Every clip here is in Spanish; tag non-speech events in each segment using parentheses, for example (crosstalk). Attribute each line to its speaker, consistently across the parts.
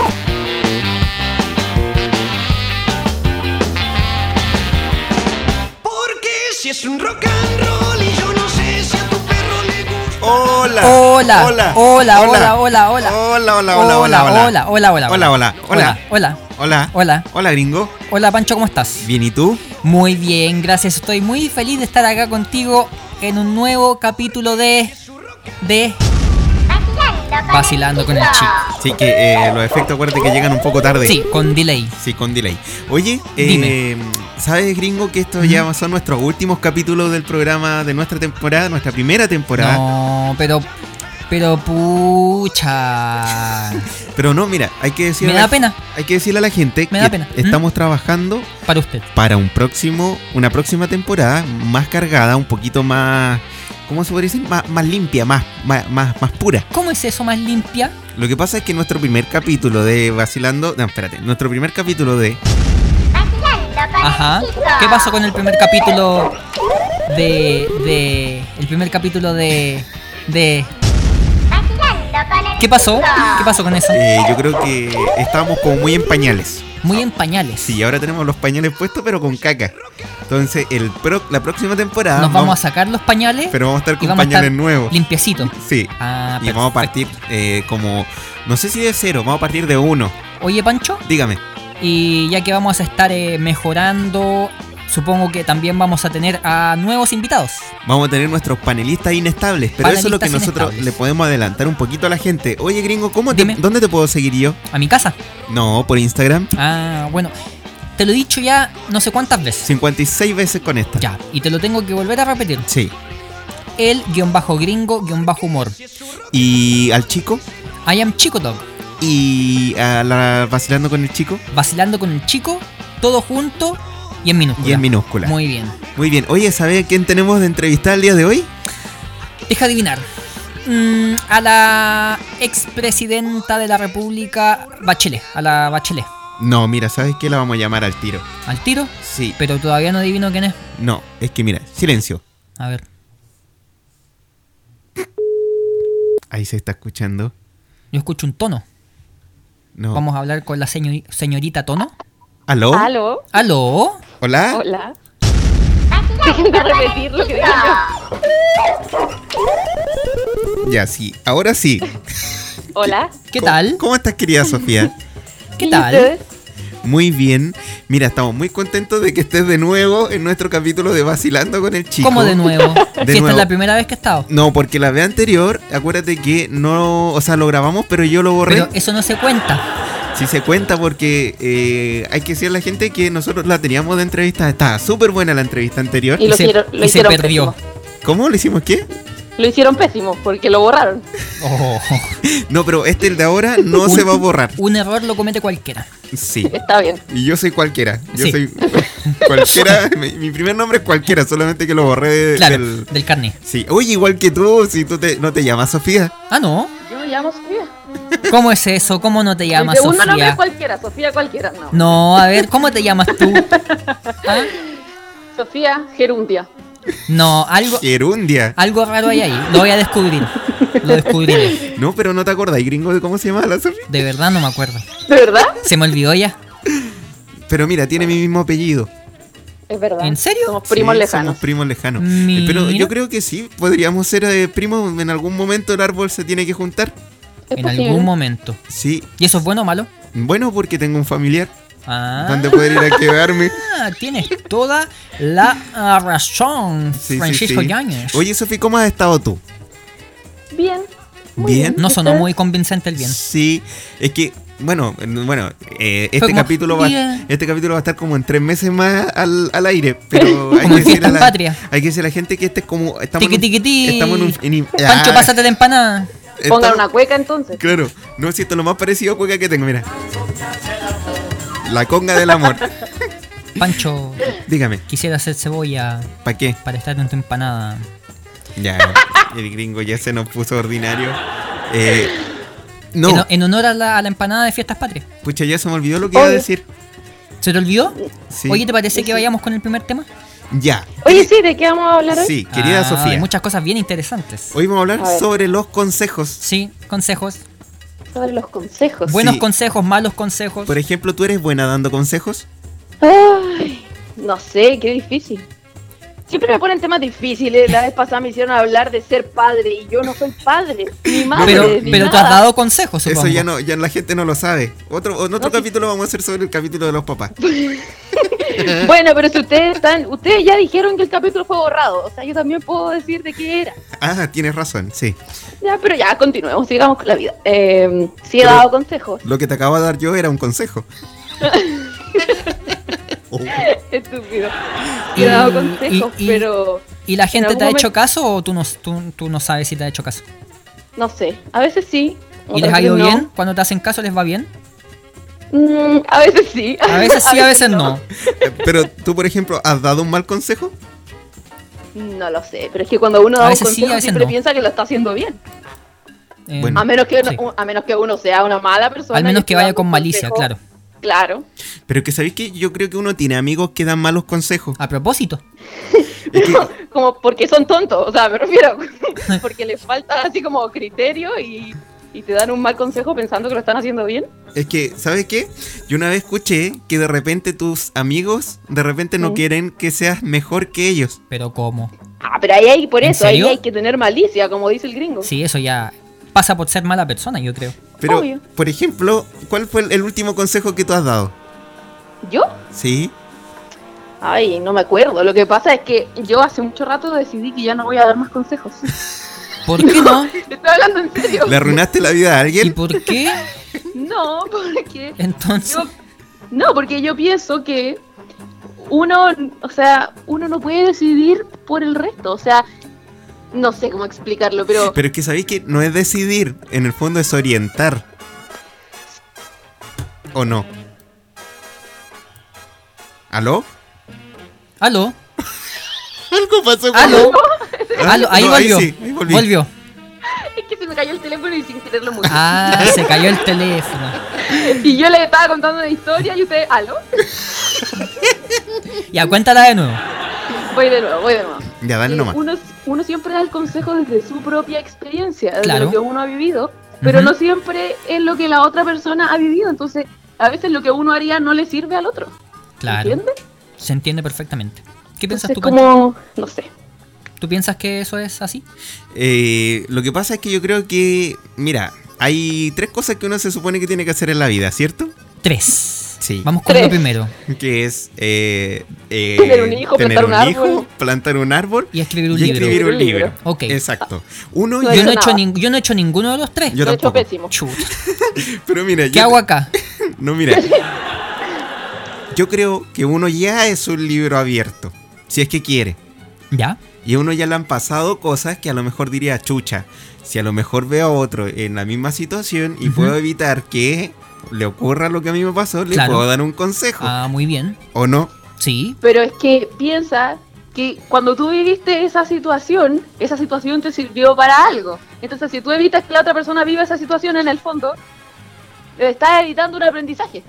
Speaker 1: chico.
Speaker 2: Porque si es un rock and roll y yo no sé si a tu perro le gusta.
Speaker 3: Hola.
Speaker 4: Hola. Hola, hola, hola, hola.
Speaker 3: Hola, hola, hola, hola,
Speaker 4: hola, hola, hola,
Speaker 3: Hola, hola, hola.
Speaker 4: hola,
Speaker 3: Hola.
Speaker 4: hola,
Speaker 3: Hola, gringo.
Speaker 4: hola, Pancho, ¿cómo estás?
Speaker 3: Bien, ¿y tú?
Speaker 4: Muy bien, gracias. Estoy muy feliz de estar acá contigo en un nuevo capítulo de de Vacilando
Speaker 1: Vacilando con,
Speaker 4: con el chico.
Speaker 3: Sí, que eh, los efectos acuérdate que llegan un poco tarde.
Speaker 4: Sí, con delay.
Speaker 3: Sí, con delay. Oye, eh,
Speaker 4: Dime.
Speaker 3: ¿sabes, gringo, que estos ya son nuestros últimos capítulos del programa de nuestra temporada, nuestra primera temporada?
Speaker 4: No, pero pero (laughs) pucha.
Speaker 3: Pero no, mira, hay que decir
Speaker 4: Me
Speaker 3: a la-
Speaker 4: da pena
Speaker 3: Hay que decirle a la gente
Speaker 4: Me
Speaker 3: que
Speaker 4: da pena.
Speaker 3: estamos trabajando
Speaker 4: para usted.
Speaker 3: para un próximo, una próxima temporada más cargada, un poquito más, ¿cómo se podría decir? Más, más limpia, más, más, más, más pura.
Speaker 4: ¿Cómo es eso más limpia?
Speaker 3: Lo que pasa es que nuestro primer capítulo de Vacilando, no, espérate, nuestro primer capítulo de
Speaker 1: Vacilando con
Speaker 4: Ajá.
Speaker 1: el chico.
Speaker 4: ¿Qué pasó con el primer capítulo de de el primer capítulo de de
Speaker 1: Vacilando con el
Speaker 4: ¿Qué pasó?
Speaker 1: chico.
Speaker 4: ¿Qué pasó con eso?
Speaker 3: eh, yo creo que estábamos como muy en pañales.
Speaker 4: Muy en pañales.
Speaker 3: Sí, ahora tenemos los pañales puestos pero con caca. Entonces, el pro- la próxima temporada
Speaker 4: Nos vamos a sacar los pañales
Speaker 3: pero vamos a estar
Speaker 4: y
Speaker 3: con
Speaker 4: vamos a
Speaker 3: pañales
Speaker 4: estar
Speaker 3: nuevos.
Speaker 4: limpiecitos.
Speaker 3: Sí.
Speaker 4: Ah,
Speaker 3: Y vamos a
Speaker 4: perfecto.
Speaker 3: partir eh, como, no sé si de cero, vamos a partir de uno.
Speaker 4: Oye, Pancho,
Speaker 3: Dígame.
Speaker 4: y ya que vamos a estar eh, mejorando, supongo que también vamos a tener a nuevos invitados.
Speaker 3: Vamos a tener nuestros panelistas inestables, pero eso es lo que
Speaker 4: Panelistas
Speaker 3: nosotros
Speaker 4: inestables.
Speaker 3: le podemos adelantar un poquito a la gente. Oye, gringo, ¿cómo te,
Speaker 4: Dime.
Speaker 3: ¿dónde te puedo seguir yo?
Speaker 4: ¿A mi casa?
Speaker 3: No, por Instagram.
Speaker 4: Ah, bueno, te lo he dicho ya no sé cuántas veces.
Speaker 3: 56 veces con esta.
Speaker 4: Ya, y te lo tengo que volver a repetir.
Speaker 3: Sí.
Speaker 4: El guión bajo gringo, guión bajo humor.
Speaker 3: Y al chico.
Speaker 4: I am Chico Dog,
Speaker 3: Y a la vacilando con el chico.
Speaker 4: vacilando con el chico, todo junto y en minúscula.
Speaker 3: Y en minúscula. Muy,
Speaker 4: Muy bien.
Speaker 3: bien. Oye, ¿sabes quién tenemos de entrevistar el día de hoy?
Speaker 4: Deja adivinar. Mm, a la expresidenta de la República, Bachelet. A la Bachelet.
Speaker 3: No, mira, ¿sabes qué? La vamos a llamar al tiro.
Speaker 4: Al tiro,
Speaker 3: Sí.
Speaker 4: pero todavía no adivino quién es.
Speaker 3: No, es que mira, silencio.
Speaker 4: A ver.
Speaker 3: Ahí se está escuchando.
Speaker 4: Yo escucho un tono.
Speaker 3: No.
Speaker 4: Vamos a hablar con la señori- señorita Tono.
Speaker 3: ¿Aló?
Speaker 5: ¿Aló?
Speaker 4: ¿Aló?
Speaker 3: ¿Hola?
Speaker 5: Hola.
Speaker 1: Vacilando
Speaker 5: Dejen de
Speaker 1: con el
Speaker 5: repetir lo que
Speaker 1: chico.
Speaker 3: Ya, sí. Ahora sí.
Speaker 5: Hola.
Speaker 4: ¿Qué
Speaker 3: ¿Cómo-
Speaker 4: tal?
Speaker 3: ¿Cómo estás, querida Sofía?
Speaker 4: ¿Qué
Speaker 5: ¿Y
Speaker 4: tal?
Speaker 5: ustedes?
Speaker 3: Muy bien. Mira, estamos muy contentos de que estés de nuevo en nuestro capítulo de Vacilando con el Chico.
Speaker 4: ¿Cómo de nuevo?
Speaker 3: (laughs)
Speaker 4: si esta
Speaker 3: nuevo.
Speaker 4: es la primera vez que he estado.
Speaker 3: No, porque la vez anterior, acuérdate que no, o sea, lo grabamos, pero yo lo borré.
Speaker 4: Pero eh, eso no se cuenta.
Speaker 3: Si se cuenta, porque eh, hay que decir a la gente que nosotros la teníamos de entrevista. Estaba súper buena la entrevista anterior.
Speaker 5: Y lo
Speaker 4: se,
Speaker 5: quiero- lo
Speaker 4: y se
Speaker 5: hicieron
Speaker 4: perdió.
Speaker 3: ¿Cómo lo hicimos qué?
Speaker 5: Lo hicieron pésimo porque lo borraron.
Speaker 4: Oh, (laughs)
Speaker 3: No, pero este el de ahora no se va a borrar.
Speaker 4: un error lo comete
Speaker 3: (laughs)
Speaker 4: cualquiera.
Speaker 3: Sí.
Speaker 5: Está bien.
Speaker 3: Y yo soy cualquiera. Yo
Speaker 4: Sí.
Speaker 3: soy cualquiera. (laughs) mi, mi primer nombre es cualquiera, solamente que lo borré de-
Speaker 4: Claro,
Speaker 3: del.
Speaker 4: del carnet.
Speaker 3: Sí. Oye, igual que tú, si tú te, no te llamas Sofía.
Speaker 4: Ah, no.
Speaker 5: Yo me llamo Sofía.
Speaker 4: ¿Cómo es eso? ¿Cómo no te
Speaker 5: El
Speaker 4: llamas
Speaker 5: segundo nombre
Speaker 4: Sofía?
Speaker 5: es cualquiera, Sofía cualquiera, no.
Speaker 4: No, a ver, ¿cómo te llamas tú? ¿Ah?
Speaker 5: Sofía Gerundia.
Speaker 4: No, algo,
Speaker 3: Gerundia.
Speaker 4: algo raro hay ahí. Lo voy a descubrir. Lo descubriré.
Speaker 3: No, pero no te acordáis, gringo, de cómo se llama la Sofía.
Speaker 4: De verdad no me acuerdo.
Speaker 5: ¿De verdad?
Speaker 4: Se me olvidó ya.
Speaker 3: Pero mira, tiene mi mismo apellido.
Speaker 5: Es verdad.
Speaker 4: ¿En serio?
Speaker 5: Somos primos
Speaker 3: Sí,
Speaker 5: lejanos.
Speaker 3: Somos primos lejanos. Eh,
Speaker 4: Mira.
Speaker 3: Pero yo creo que sí, podríamos ser eh, primos. En algún momento el árbol se tiene que juntar.
Speaker 5: Es
Speaker 4: En
Speaker 5: posible.
Speaker 4: algún momento.
Speaker 3: Sí.
Speaker 4: ¿Y eso es bueno o malo?
Speaker 3: Bueno, porque tengo un familiar
Speaker 4: Ah,
Speaker 3: donde poder ir a
Speaker 4: (laughs)
Speaker 3: quedarme.
Speaker 4: tienes toda la ah, razón,
Speaker 3: Sí, sí,
Speaker 4: Francisco
Speaker 3: sí.
Speaker 4: Yáñez.
Speaker 3: Oye, Sofi, ¿cómo has estado tú?
Speaker 5: Bien. muy
Speaker 3: ¿Bien?
Speaker 4: No sonó
Speaker 5: ¿Ustedes?
Speaker 4: muy convincente el bien.
Speaker 3: Sí, es que, bueno, eh, bueno, eh,
Speaker 4: Fue
Speaker 3: este
Speaker 4: como,
Speaker 3: capítulo va,
Speaker 4: "Día".
Speaker 3: este capítulo va a estar como en tres meses más al, al aire, pero hay
Speaker 4: (laughs) Como
Speaker 3: que
Speaker 4: en
Speaker 3: decirle
Speaker 4: fiesta
Speaker 3: a
Speaker 4: en
Speaker 3: la,
Speaker 4: patria.
Speaker 3: hay que decirle a la gente que este es como estamos
Speaker 4: Tiqui,
Speaker 3: en un-
Speaker 4: tiqui, ti.
Speaker 3: estamos en un en-
Speaker 4: Pancho,
Speaker 3: ah,
Speaker 4: pásate la empanada.
Speaker 5: Pongan
Speaker 3: estamos-
Speaker 5: una cueca entonces.
Speaker 3: Claro, no si esto es lo más parecido a cueca que tengo, mira. La conga del amor.
Speaker 4: Pancho,
Speaker 3: Dígame,
Speaker 4: quisiera hacer cebolla
Speaker 3: ¿para qué?
Speaker 4: para estar en tu empanada.
Speaker 3: Ya, el gringo ya se nos puso ordinario. Eh, no,
Speaker 4: En, en honor a la, a la empanada de Fiestas Patrias.
Speaker 3: pucha, ya se me olvidó lo que iba a
Speaker 5: Oye.
Speaker 3: decir.
Speaker 4: ¿Se te olvidó?
Speaker 3: Sí.
Speaker 4: Oye, ¿te parece que vayamos con el primer tema?
Speaker 3: Ya.
Speaker 5: Oye, sí, ¿de qué vamos a hablar hoy?
Speaker 3: Sí, querida
Speaker 4: Ah, Hay
Speaker 3: Sofía.
Speaker 4: muchas cosas bien interesantes.
Speaker 3: Hoy vamos a hablar
Speaker 5: A ver.
Speaker 3: sobre los consejos.
Speaker 4: Sí, consejos.
Speaker 5: Sobre los consejos.
Speaker 4: Buenos consejos, malos consejos.
Speaker 3: Por ejemplo, ¿tú eres buena dando consejos?
Speaker 5: Ay, no sé, qué difícil. Siempre me ponen temas difíciles. La vez pasada me hicieron hablar de ser padre y yo no soy padre, ni madre,
Speaker 4: pero
Speaker 5: ni
Speaker 4: pero tú
Speaker 5: nada.
Speaker 4: has dado consejos, supongo.
Speaker 3: Eso ya no, ya la gente no lo sabe. Otro, en otro
Speaker 5: No, sí.
Speaker 3: capítulo vamos a hacer sobre el capítulo de los papás.
Speaker 4: (laughs)
Speaker 5: Bueno, pero si ustedes están, ustedes ya dijeron que el capítulo fue borrado, o sea, yo también puedo decir de qué era.
Speaker 3: Ah, tienes razón, sí.
Speaker 5: Ya, pero ya continuemos, sigamos con la vida. Eh, sí he
Speaker 3: Pero-
Speaker 5: dado consejos. (laughs)
Speaker 3: Lo que te acabo de dar yo era un consejo. Oh,
Speaker 5: Estúpido.
Speaker 4: Y-
Speaker 5: Sí he dado consejos,
Speaker 4: y- y-
Speaker 5: pero
Speaker 4: ¿Y la gente
Speaker 5: algún
Speaker 4: te ha hecho
Speaker 5: momento-
Speaker 4: caso o tú no, tú, tú no sabes si te ha hecho caso?
Speaker 5: no sé. A veces sí.
Speaker 4: ¿Y
Speaker 5: otras
Speaker 4: les ha ido
Speaker 5: veces no.
Speaker 4: bien? ¿Cuando te hacen caso les va bien?
Speaker 5: Mm, (laughs) a veces sí.
Speaker 4: A veces sí, a veces no.
Speaker 3: Pero tú, por ejemplo, ¿has dado un mal consejo?
Speaker 5: (laughs) No lo sé, pero es que cuando uno
Speaker 4: A
Speaker 5: da un
Speaker 4: veces sí,
Speaker 5: consejo
Speaker 4: a veces
Speaker 5: siempre
Speaker 4: no.
Speaker 5: piensa que lo está haciendo bien.
Speaker 4: Eh,
Speaker 3: Bueno.
Speaker 5: A menos que uno,
Speaker 4: Sí.
Speaker 5: un- a menos que uno sea una mala persona.
Speaker 4: al
Speaker 5: y
Speaker 4: menos que
Speaker 5: esté
Speaker 4: vaya
Speaker 5: dando
Speaker 4: con
Speaker 5: un
Speaker 4: malicia,
Speaker 5: consejo.
Speaker 4: claro.
Speaker 5: Claro.
Speaker 3: Pero que sabéis que yo creo que uno tiene amigos que dan malos consejos.
Speaker 4: A propósito.
Speaker 3: Es que-
Speaker 5: Como porque son tontos, o sea, me refiero. (laughs) porque les falta así como criterio y, y te dan un mal consejo pensando que lo están haciendo bien.
Speaker 3: Es que, ¿sabes qué? Yo una vez escuché que de repente tus amigos de repente no
Speaker 5: Sí.
Speaker 3: quieren que seas mejor que ellos.
Speaker 4: Pero ¿cómo?
Speaker 5: Ah, pero ahí hay por
Speaker 4: ¿En
Speaker 5: eso, ahí
Speaker 4: serio?
Speaker 5: hay que tener malicia, como dice el gringo.
Speaker 4: Sí, eso ya pasa por ser mala persona, yo creo.
Speaker 3: Pero,
Speaker 5: Obvio.
Speaker 3: por ejemplo, ¿cuál fue el- el último consejo que tú has dado?
Speaker 5: ¿Yo?
Speaker 3: Sí.
Speaker 5: Ay, no me acuerdo. Lo que pasa es que yo hace mucho rato decidí que ya no voy a dar más consejos. (laughs)
Speaker 4: ¿Por qué no?
Speaker 5: Te estoy hablando en serio.
Speaker 3: ¿Le arruinaste la vida a
Speaker 4: ¿Y
Speaker 3: alguien?
Speaker 4: por qué?
Speaker 5: No, porque
Speaker 4: Entonces,
Speaker 5: yo no, porque yo pienso que uno, o sea, uno no puede decidir por el resto, o sea, no sé cómo explicarlo, pero
Speaker 3: Pero es que sabéis que no es decidir, en el fondo es orientar. ¿O no? ¿Aló?
Speaker 4: aló,
Speaker 3: Algo pasó con
Speaker 4: aló,
Speaker 3: Ah,
Speaker 4: aló, ahí
Speaker 3: no,
Speaker 4: volvió.
Speaker 3: sí, ahí volví.
Speaker 4: volvió.
Speaker 5: es que se me cayó el teléfono y sin quererlo mucho.
Speaker 4: Ah, se cayó el teléfono.
Speaker 5: Y yo le estaba contando una historia y ustedes, aló,
Speaker 4: Ya, cuéntala de nuevo.
Speaker 5: voy de nuevo, voy de nuevo.
Speaker 3: Ya, dale
Speaker 5: Eh,
Speaker 3: nomás.
Speaker 5: Uno, uno siempre da el consejo desde su propia experiencia, desde
Speaker 4: Claro.
Speaker 5: lo que uno ha vivido, pero
Speaker 4: Ujú.
Speaker 5: no siempre es lo que la otra persona ha vivido, entonces a veces lo que uno haría no le sirve al otro.
Speaker 4: Claro,
Speaker 5: ¿Entiendes?
Speaker 4: se entiende perfectamente. ¿Qué piensas
Speaker 5: Entonces,
Speaker 4: tú, Pancho?
Speaker 5: como, no sé.
Speaker 4: ¿Tú piensas que eso es así?
Speaker 3: Eh, lo que pasa es que yo creo que, mira, hay tres cosas que uno se supone que tiene que hacer en la vida, ¿cierto?
Speaker 4: Tres.
Speaker 3: Sí.
Speaker 4: Vamos con
Speaker 5: Tres.
Speaker 4: lo primero.
Speaker 3: Que es eh, eh,
Speaker 5: Tener un hijo, plantar un árbol.
Speaker 3: plantar un árbol
Speaker 4: Y escribir un
Speaker 3: y
Speaker 4: libro.
Speaker 3: escribir un libro.
Speaker 4: Ok.
Speaker 3: Exacto. Uno,
Speaker 5: Yo
Speaker 3: y-
Speaker 4: Yo no, he
Speaker 5: Nada.
Speaker 4: hecho ning- yo no he hecho ninguno de los tres.
Speaker 3: Yo
Speaker 5: lo he hecho
Speaker 3: tampoco.
Speaker 5: pésimo.
Speaker 4: Chuta.
Speaker 3: (laughs) pero mira,
Speaker 4: ¿Qué
Speaker 3: yo,
Speaker 4: hago acá?
Speaker 3: no
Speaker 4: (laughs)
Speaker 3: mira. Yo creo que uno ya es un libro abierto, si es que quiere. (laughs)
Speaker 4: ¿Ya?
Speaker 3: Y a uno ya le han pasado cosas que a lo mejor diría chucha. Si a lo mejor veo a otro en la misma situación y
Speaker 4: Ujú.
Speaker 3: puedo evitar que le ocurra lo que a mí me pasó, le
Speaker 4: Claro.
Speaker 3: puedo dar un consejo.
Speaker 4: Ah, muy bien.
Speaker 3: ¿O no?
Speaker 4: Sí.
Speaker 5: Pero es que piensa que cuando tú viviste esa situación, esa situación te sirvió para algo. Entonces, si tú evitas que la otra persona viva esa situación en el fondo, estás evitando un aprendizaje.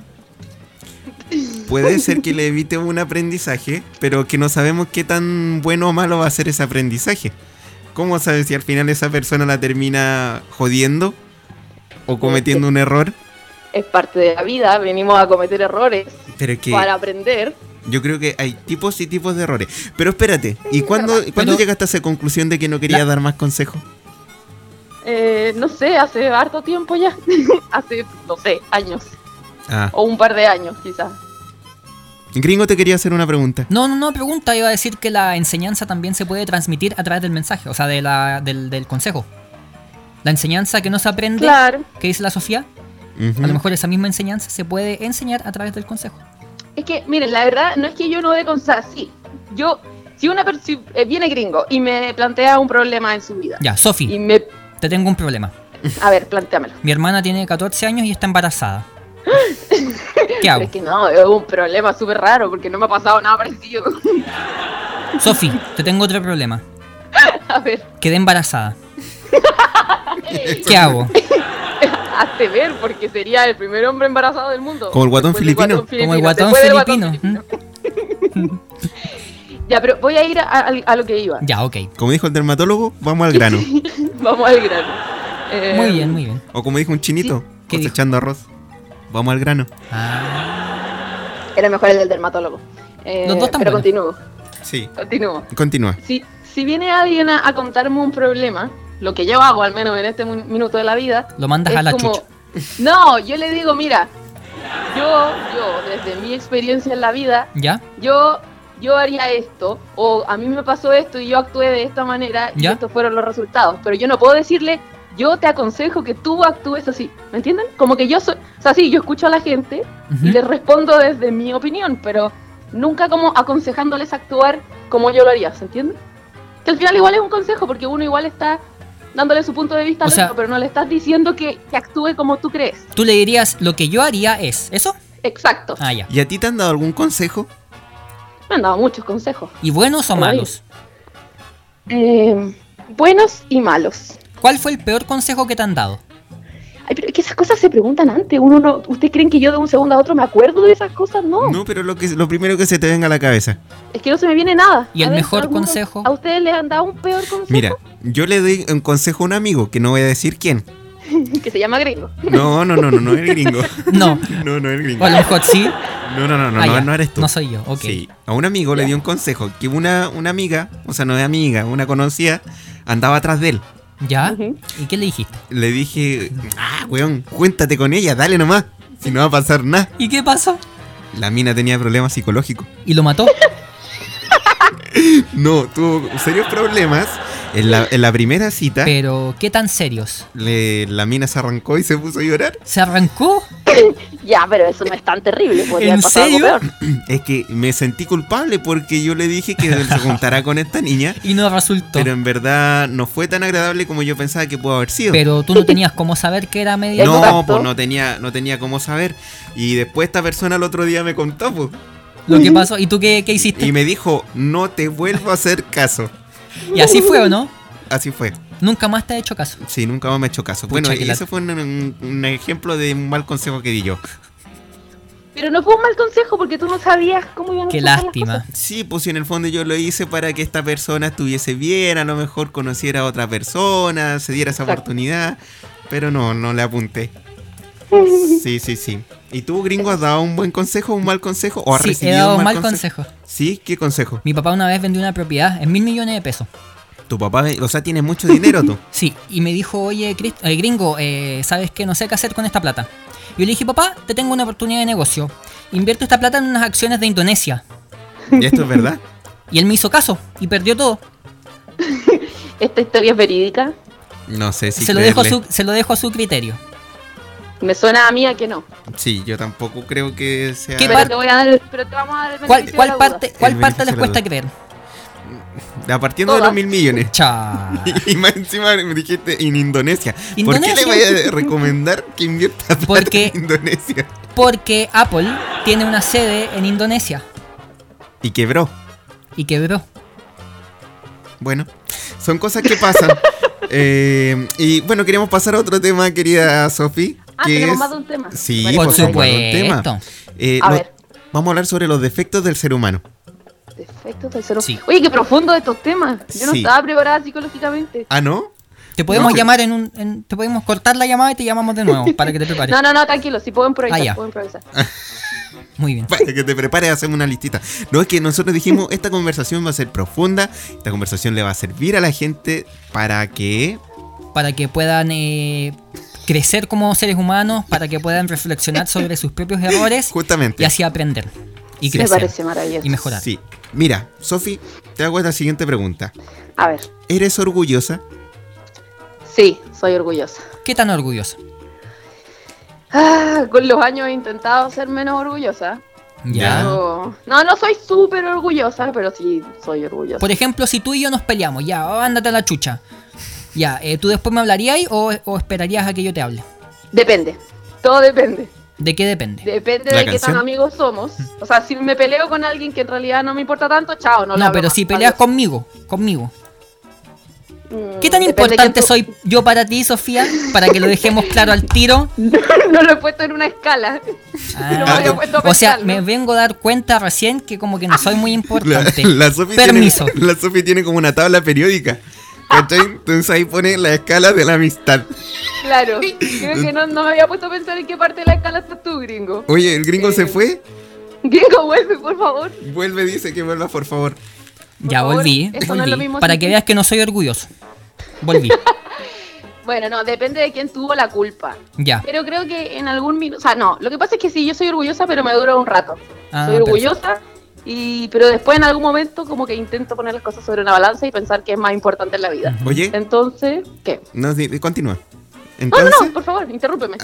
Speaker 3: Puede ser que le evite un aprendizaje, pero que no sabemos qué tan bueno o malo va a ser ese aprendizaje. ¿Cómo sabes si al final esa persona la termina jodiendo o cometiendo un error?
Speaker 5: Es parte de la vida, venimos a cometer errores
Speaker 3: Pero que
Speaker 5: para aprender.
Speaker 3: yo creo que hay tipos y tipos de errores. Pero espérate, ¿y cuándo, ¿cuándo
Speaker 4: Pero-
Speaker 3: llegaste a esa conclusión de que no quería
Speaker 4: La-
Speaker 3: dar más consejos?
Speaker 5: (laughs) Eh, no sé, hace harto tiempo ya, hace, no sé, años.
Speaker 3: Ah.
Speaker 5: o un par de años quizás.
Speaker 3: Gringo te quería hacer una pregunta.
Speaker 4: No, no, no, pregunta, iba a decir que la enseñanza también se puede transmitir a través del mensaje, o sea, de la, del, del consejo. La enseñanza que no se aprende,
Speaker 5: Claro.
Speaker 4: que dice la Sofía,
Speaker 3: Ujú.
Speaker 4: a lo mejor esa misma enseñanza se puede enseñar a través del consejo.
Speaker 5: Es que, miren, la verdad no es que yo no dé consejos. Sí, yo, si una persona viene gringo y me plantea un problema en su vida,
Speaker 4: Ya,
Speaker 5: y
Speaker 4: Sofi,
Speaker 5: me.
Speaker 4: te tengo un problema.
Speaker 5: A ver, planteamelo.
Speaker 4: Mi hermana tiene 14 años y está
Speaker 5: (laughs)
Speaker 4: embarazada. ¿Qué
Speaker 5: Pero
Speaker 4: hago?
Speaker 5: es que no, es un problema súper raro porque no me ha pasado nada parecido. (laughs)
Speaker 4: Sofi, te tengo otro problema.
Speaker 5: a ver,
Speaker 4: Quedé embarazada. ¿Qué hago?
Speaker 5: hazte ver porque sería el primer hombre embarazado del mundo.
Speaker 3: Como el guatón
Speaker 5: Después del
Speaker 3: filipino.
Speaker 4: Como el guatón
Speaker 5: después del
Speaker 4: filipino. ¿eh?
Speaker 5: Ya, pero voy a ir a, a- a lo que iba.
Speaker 4: ¿Mm? Ya, ok.
Speaker 3: Como dijo el dermatólogo, vamos
Speaker 4: (laughs)
Speaker 3: al grano.
Speaker 5: (laughs) Vamos al grano. Eh,
Speaker 4: Muy bien, muy bien.
Speaker 3: O como dijo un chinito,
Speaker 4: ¿Qué dijo?
Speaker 3: cosechando arroz. Vamos al grano.
Speaker 4: Ah,
Speaker 5: Era mejor el del dermatólogo. Eh,
Speaker 4: Los dos están
Speaker 5: pero
Speaker 4: buenos.
Speaker 5: continúo,
Speaker 3: Sí.
Speaker 5: continúo.
Speaker 3: Continúa.
Speaker 5: Si, si viene alguien a, a contarme un problema, lo que yo hago al menos en este mu- minuto de la vida,
Speaker 4: lo mandas a
Speaker 5: es
Speaker 4: la
Speaker 5: como-
Speaker 4: chucha.
Speaker 5: No, yo le digo, mira, yo, yo, desde mi experiencia en la vida,
Speaker 4: ¿Ya?
Speaker 5: yo, yo haría esto, o a mí me pasó esto y yo actué de esta manera y
Speaker 4: ¿Ya?
Speaker 5: estos fueron los resultados. Pero yo no puedo decirle, yo te aconsejo que tú actúes así, ¿me entienden? Como que yo soy, o sea, sí, yo escucho a la gente
Speaker 4: Ujú.
Speaker 5: y les respondo desde mi opinión, pero nunca como aconsejándoles actuar como yo lo haría, ¿se entiende? Que al final igual es un consejo, porque uno igual está dándole su punto de vista
Speaker 4: O
Speaker 5: al
Speaker 4: sea-
Speaker 5: otro, pero no le estás diciendo que, que actúe como tú crees.
Speaker 4: Tú le dirías, lo que yo haría es... ¿Eso?
Speaker 5: Exacto.
Speaker 4: Ah, ya.
Speaker 3: ¿Y a ti te han dado algún consejo?
Speaker 5: Me han dado muchos consejos.
Speaker 4: ¿Y buenos o
Speaker 5: Ay.
Speaker 4: malos?
Speaker 5: Eh, buenos y malos.
Speaker 4: ¿Cuál fue el peor consejo que te han dado?
Speaker 5: Ay, pero es que esas cosas se preguntan antes. Uno no, ¿Ustedes creen que yo de un segundo a otro me acuerdo de esas cosas?
Speaker 4: Oh.
Speaker 5: No.
Speaker 3: No, pero lo, que, lo primero que se te venga a la cabeza.
Speaker 5: Es que no se me viene nada.
Speaker 4: ¿Y el mejor
Speaker 5: ¿alguno-
Speaker 4: consejo?
Speaker 5: ¿A ustedes les han dado un peor consejo?
Speaker 3: Mira, yo le doy un consejo a un amigo, que no voy a decir quién.
Speaker 5: (laughs) Que se llama gringo.
Speaker 3: No, no, no, no, no el gringo.
Speaker 4: (laughs) No.
Speaker 3: (laughs) No, no el
Speaker 4: O
Speaker 3: gringo.
Speaker 4: a lo mejor (laughs) sí.
Speaker 3: No, no, no, no,
Speaker 4: Ah,
Speaker 3: no,
Speaker 4: ya.
Speaker 3: no eres tú.
Speaker 4: No soy yo, ok.
Speaker 3: Sí, a un amigo le
Speaker 5: Ya.
Speaker 3: di un consejo, que una, una amiga, o sea, no es amiga, una conocida, andaba atrás de él.
Speaker 4: ¿Ya?
Speaker 5: Ujú.
Speaker 4: ¿Y qué le dijiste?
Speaker 3: Le dije, ah, weón, cuéntate con ella, dale nomás, si no va a pasar nada.
Speaker 4: ¿Y qué pasó?
Speaker 3: La mina tenía problemas psicológicos. (laughs)
Speaker 4: ¿Y lo mató?
Speaker 3: No, tuvo serios problemas. En la, en la primera cita,
Speaker 4: Pero, ¿qué tan serios?
Speaker 3: le- la mina se arrancó y se puso a llorar.
Speaker 4: ¿Se arrancó?
Speaker 5: Ya, pero eso no es tan terrible.
Speaker 4: ¿En
Speaker 5: Podría haber pasado algo
Speaker 4: serio?
Speaker 5: peor.
Speaker 3: Es que me sentí culpable porque yo le dije que se juntara con esta niña,
Speaker 4: Y no resultó.
Speaker 3: pero
Speaker 4: Pero,
Speaker 3: en verdad no fue tan agradable como yo pensaba que pudo haber sido.
Speaker 4: tú no tenías cómo saber que era media...
Speaker 5: ¿Tengo
Speaker 3: No,
Speaker 5: tacto?
Speaker 3: pues no tenía, no tenía cómo saber. Y después esta persona el otro día me contó, pues.
Speaker 4: Lo que pasó. ¿Y tú qué, qué hiciste?
Speaker 3: Y me dijo, no te vuelvo a hacer caso.
Speaker 4: ¿Y así fue o
Speaker 3: (laughs)
Speaker 4: no?
Speaker 3: Así fue.
Speaker 4: Nunca más te ha hecho caso.
Speaker 3: Sí, nunca más me ha hecho caso.
Speaker 4: Pucha,
Speaker 3: bueno,
Speaker 4: que
Speaker 3: y
Speaker 4: la-
Speaker 3: ese fue un, un- un ejemplo de un mal consejo que di yo.
Speaker 5: Pero no fue un mal consejo porque tú no sabías cómo iban a
Speaker 4: Qué
Speaker 5: pasar las
Speaker 4: lástima.
Speaker 3: Sí, pues si en el fondo yo lo hice para que esta persona estuviese bien, a lo mejor conociera a otra persona, se diera esa
Speaker 5: Exacto.
Speaker 3: oportunidad. Pero no, no le apunté. Sí, sí, sí. ¿Y tú, gringo, has dado un buen consejo, un mal consejo? ¿O has
Speaker 4: Sí, he
Speaker 3: recibido
Speaker 4: dado
Speaker 3: un mal,
Speaker 4: mal
Speaker 3: consejo?
Speaker 4: consejo.
Speaker 3: Sí, ¿qué consejo?
Speaker 4: Mi papá una vez vendió una propiedad en mil millones de pesos.
Speaker 3: Tu papá, ve- o sea, tiene mucho dinero tú.
Speaker 4: Sí, y me dijo, oye, Chris- eh, gringo, eh, ¿sabes qué? No sé qué hacer con esta plata. Yo le dije, papá, te tengo una oportunidad de negocio. Invierto esta plata en unas acciones de Indonesia.
Speaker 3: ¿Y esto es verdad?
Speaker 4: Y él me hizo caso y perdió todo.
Speaker 5: cosas. Esta historia es verídica.
Speaker 3: No sé
Speaker 4: (laughs)
Speaker 3: si
Speaker 4: se, lo dejo a
Speaker 3: creerle.
Speaker 4: su, se lo dejo a su criterio.
Speaker 5: Me suena a mí a que no.
Speaker 3: Sí, yo tampoco creo que sea...
Speaker 4: ¿Qué
Speaker 5: Pero
Speaker 4: parte-
Speaker 5: te, voy a dar, pero te vamos a dar el
Speaker 4: ¿Cuál,
Speaker 5: beneficio de
Speaker 4: cuál
Speaker 5: la duda.
Speaker 4: parte, cuál
Speaker 3: El
Speaker 4: parte
Speaker 3: beneficio de
Speaker 4: les
Speaker 3: la
Speaker 4: cuesta
Speaker 3: duda.
Speaker 4: creer?
Speaker 3: A partiendo de
Speaker 5: Todas.
Speaker 3: los mil millones. (laughs)
Speaker 4: Cha.
Speaker 3: Y más encima me dijiste en Indonesia. ¿Por
Speaker 4: Indonesia.
Speaker 3: qué le vaya a recomendar que invierta plata
Speaker 4: Porque-
Speaker 3: en Indonesia?
Speaker 4: Porque Apple tiene una sede en Indonesia
Speaker 3: Y quebró.
Speaker 4: y quebró.
Speaker 3: Bueno, son cosas
Speaker 4: (laughs)
Speaker 3: que pasan. Eh, y bueno, queríamos pasar a otro tema, querida Sofi.
Speaker 5: Ah,
Speaker 3: que
Speaker 5: tenemos
Speaker 3: es-
Speaker 5: más de un tema.
Speaker 3: Sí,
Speaker 5: Vale,
Speaker 4: Por
Speaker 3: por
Speaker 5: pues ahí.
Speaker 3: supuesto. buen tema.
Speaker 4: supuesto.
Speaker 3: eh,
Speaker 5: A
Speaker 3: lo-
Speaker 5: ver.
Speaker 3: Vamos a hablar sobre los defectos del ser humano.
Speaker 5: Defectos del ser humano.
Speaker 4: Sí.
Speaker 5: Oye, qué profundo estos temas. Yo no
Speaker 3: Sí.
Speaker 5: estaba preparada psicológicamente.
Speaker 3: ¿Ah, no?
Speaker 4: Te podemos
Speaker 3: No.
Speaker 4: llamar en un. en- te podemos cortar la llamada y te llamamos de nuevo para que te prepares.
Speaker 5: (laughs) No, no, no, tranquilo, sí puedo improvisar,
Speaker 4: Ah, ya.
Speaker 5: puedo improvisar.
Speaker 4: Muy bien.
Speaker 3: Para que te prepares, hacemos una listita. No es que nosotros dijimos, esta conversación va a ser profunda, esta conversación le va a servir a la gente para que...
Speaker 4: Para que puedan eh, crecer como seres humanos para que puedan reflexionar sobre sus propios errores
Speaker 3: Justamente.
Speaker 4: y así aprender y
Speaker 5: Me
Speaker 4: crecer
Speaker 5: parece maravilloso.
Speaker 4: y mejorar.
Speaker 3: Sí. Mira, Sofi, te hago la siguiente pregunta.
Speaker 5: A ver,
Speaker 3: ¿Eres orgullosa?
Speaker 5: sí, soy orgullosa.
Speaker 4: ¿Qué tan orgulloso?
Speaker 5: Ah, con los años he intentado ser menos orgullosa.
Speaker 4: Ya.
Speaker 5: Pero- No, no soy súper orgullosa, pero sí soy orgullosa.
Speaker 4: Por ejemplo, si tú y yo nos peleamos, ya, oh, ándate a la chucha. Ya, eh, ¿tú después me hablarías o, o esperarías a que yo te hable?
Speaker 5: Depende, todo depende.
Speaker 4: ¿De qué depende?
Speaker 5: Depende
Speaker 3: ¿La
Speaker 5: de qué tan
Speaker 3: canción?
Speaker 5: amigos somos. O sea, si me peleo con alguien que en realidad no me importa tanto, chao, no le
Speaker 4: no,
Speaker 5: hablo
Speaker 4: pero
Speaker 5: más.
Speaker 4: si peleas
Speaker 5: Adiós.
Speaker 4: conmigo, conmigo.
Speaker 5: Mm,
Speaker 4: ¿Qué tan
Speaker 5: depende de
Speaker 4: importante
Speaker 5: quién
Speaker 4: soy yo para ti, Sofía? Para que lo dejemos claro al
Speaker 5: (laughs)
Speaker 4: tiro.
Speaker 5: tú- (laughs) no lo he puesto en una escala. (laughs)
Speaker 4: Ah,
Speaker 5: me había puesto a
Speaker 4: o sea,
Speaker 5: pensarlo.
Speaker 4: me vengo a dar cuenta recién que como que no soy
Speaker 5: (laughs)
Speaker 4: muy
Speaker 3: La,
Speaker 4: importante.
Speaker 3: la Sofi
Speaker 4: Permiso.
Speaker 3: Tiene, la Sofi tiene como una tabla periódica. ¿cachai? Entonces ahí pone la escala de la amistad.
Speaker 5: Claro, creo que no, no me había puesto a pensar en qué parte de la escala estás tú, gringo. (laughs)
Speaker 3: Oye, el gringo se fue.
Speaker 5: Gringo, vuelve, por favor.
Speaker 3: Vuelve, dice que vuelva, por favor.
Speaker 4: Ya
Speaker 5: favor,
Speaker 4: volví,
Speaker 5: eso no es
Speaker 4: volví.
Speaker 5: lo mismo
Speaker 4: para
Speaker 5: sin
Speaker 4: que
Speaker 5: ti.
Speaker 4: veas que no soy orgulloso.
Speaker 5: (laughs)
Speaker 4: Volví,
Speaker 5: Bueno, no, depende de quién tuvo la culpa.
Speaker 4: ya.
Speaker 5: Pero creo que en algún minuto, o sea, no, lo que pasa es que sí, yo soy orgullosa, pero me dura un rato.
Speaker 4: Ah,
Speaker 5: soy
Speaker 4: perfecto.
Speaker 5: orgullosa, y, pero después en algún momento como que intento poner las cosas sobre una balanza y pensar que es más importante en la vida.
Speaker 3: Oye,
Speaker 5: Entonces, ¿qué?
Speaker 3: no, di- continúa.
Speaker 5: No,
Speaker 3: Entonces,
Speaker 5: no, no, por favor, interrúmpeme.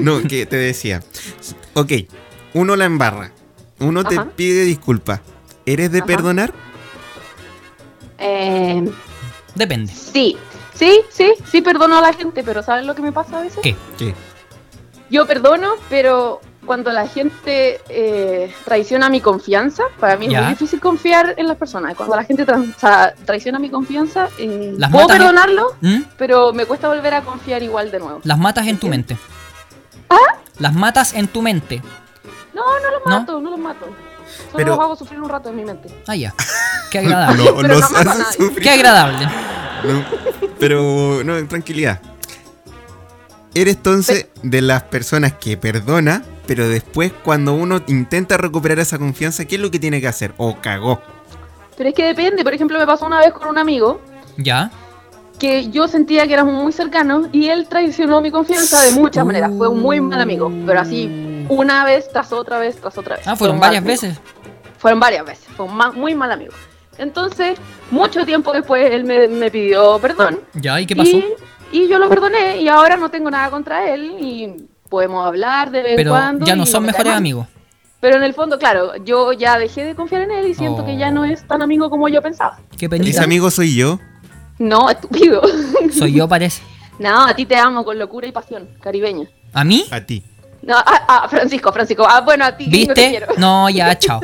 Speaker 3: no, que te decía. Ok, uno la embarra. Uno te
Speaker 5: Ajá.
Speaker 3: pide disculpas. ¿Eres de
Speaker 5: Ajá.
Speaker 3: perdonar?
Speaker 5: Eh,
Speaker 4: Depende.
Speaker 5: sí, sí, sí, sí perdono a la gente, pero ¿saben lo que me pasa a veces?
Speaker 4: ¿Qué?
Speaker 3: ¿Qué?
Speaker 5: Yo perdono, pero cuando la gente eh, traiciona mi confianza, para mí
Speaker 4: Ya.
Speaker 5: es muy difícil confiar en las personas. Cuando la gente tra- o sea, traiciona mi confianza, eh,
Speaker 4: Las
Speaker 5: puedo
Speaker 4: matas, ¿no?
Speaker 5: perdonarlo,
Speaker 4: ¿Mm?
Speaker 5: pero me cuesta volver a confiar igual de nuevo.
Speaker 4: Las matas en tu mente.
Speaker 5: ¿Ah?
Speaker 4: Las matas en tu mente.
Speaker 5: No, no los
Speaker 4: ¿No?
Speaker 5: mato, no, los mato. Solo
Speaker 3: Pero-
Speaker 5: los hago sufrir un rato en mi mente.
Speaker 4: Ah, ya.
Speaker 3: (laughs)
Speaker 4: Qué agradable.
Speaker 3: Lo-
Speaker 5: (laughs) Pero
Speaker 3: los
Speaker 5: no mata a
Speaker 3: hace
Speaker 5: nadie.
Speaker 3: sufrir.
Speaker 4: Qué agradable.
Speaker 3: No, pero no, tranquilidad. Eres entonces de las personas que perdona, pero después cuando uno intenta recuperar esa confianza, ¿qué es lo que tiene que hacer? O cagó.
Speaker 5: Pero es que depende, por ejemplo, me pasó una vez con un amigo
Speaker 4: Ya.
Speaker 5: que yo sentía que éramos muy cercanos y él traicionó mi confianza de muchas maneras. Fue un muy mal amigo, pero así una vez tras otra vez tras otra vez.
Speaker 4: Ah,
Speaker 5: Fue
Speaker 4: fueron
Speaker 5: un mal
Speaker 4: varias
Speaker 5: amigo.
Speaker 4: veces.
Speaker 5: Fueron varias veces, fue un ma- muy mal amigo. Entonces, mucho tiempo después él me, me pidió perdón
Speaker 4: Ya, ¿y Ah, qué pasó?
Speaker 5: Y, y yo lo perdoné y ahora no tengo nada contra él y podemos hablar de vez en
Speaker 4: Pero
Speaker 5: cuando.
Speaker 4: ya
Speaker 5: y
Speaker 4: no son
Speaker 5: me cae
Speaker 4: mejores
Speaker 5: mal.
Speaker 4: amigos.
Speaker 5: Pero en el fondo, claro, yo ya dejé de confiar en él y siento
Speaker 4: Oh.
Speaker 5: que ya no es tan amigo como yo pensaba.
Speaker 4: Qué
Speaker 3: Ese
Speaker 4: penita.
Speaker 3: amigo soy yo.
Speaker 5: No, estúpido. (laughs)
Speaker 4: Soy yo, parece.
Speaker 5: No, a ti te amo con locura y pasión, caribeña.
Speaker 4: ¿A mí?
Speaker 3: A ti.
Speaker 5: No, a, a Francisco, Francisco. Ah, bueno, a ti. gringo, te
Speaker 4: ¿Viste?
Speaker 5: quiero.
Speaker 4: No, ya, chao.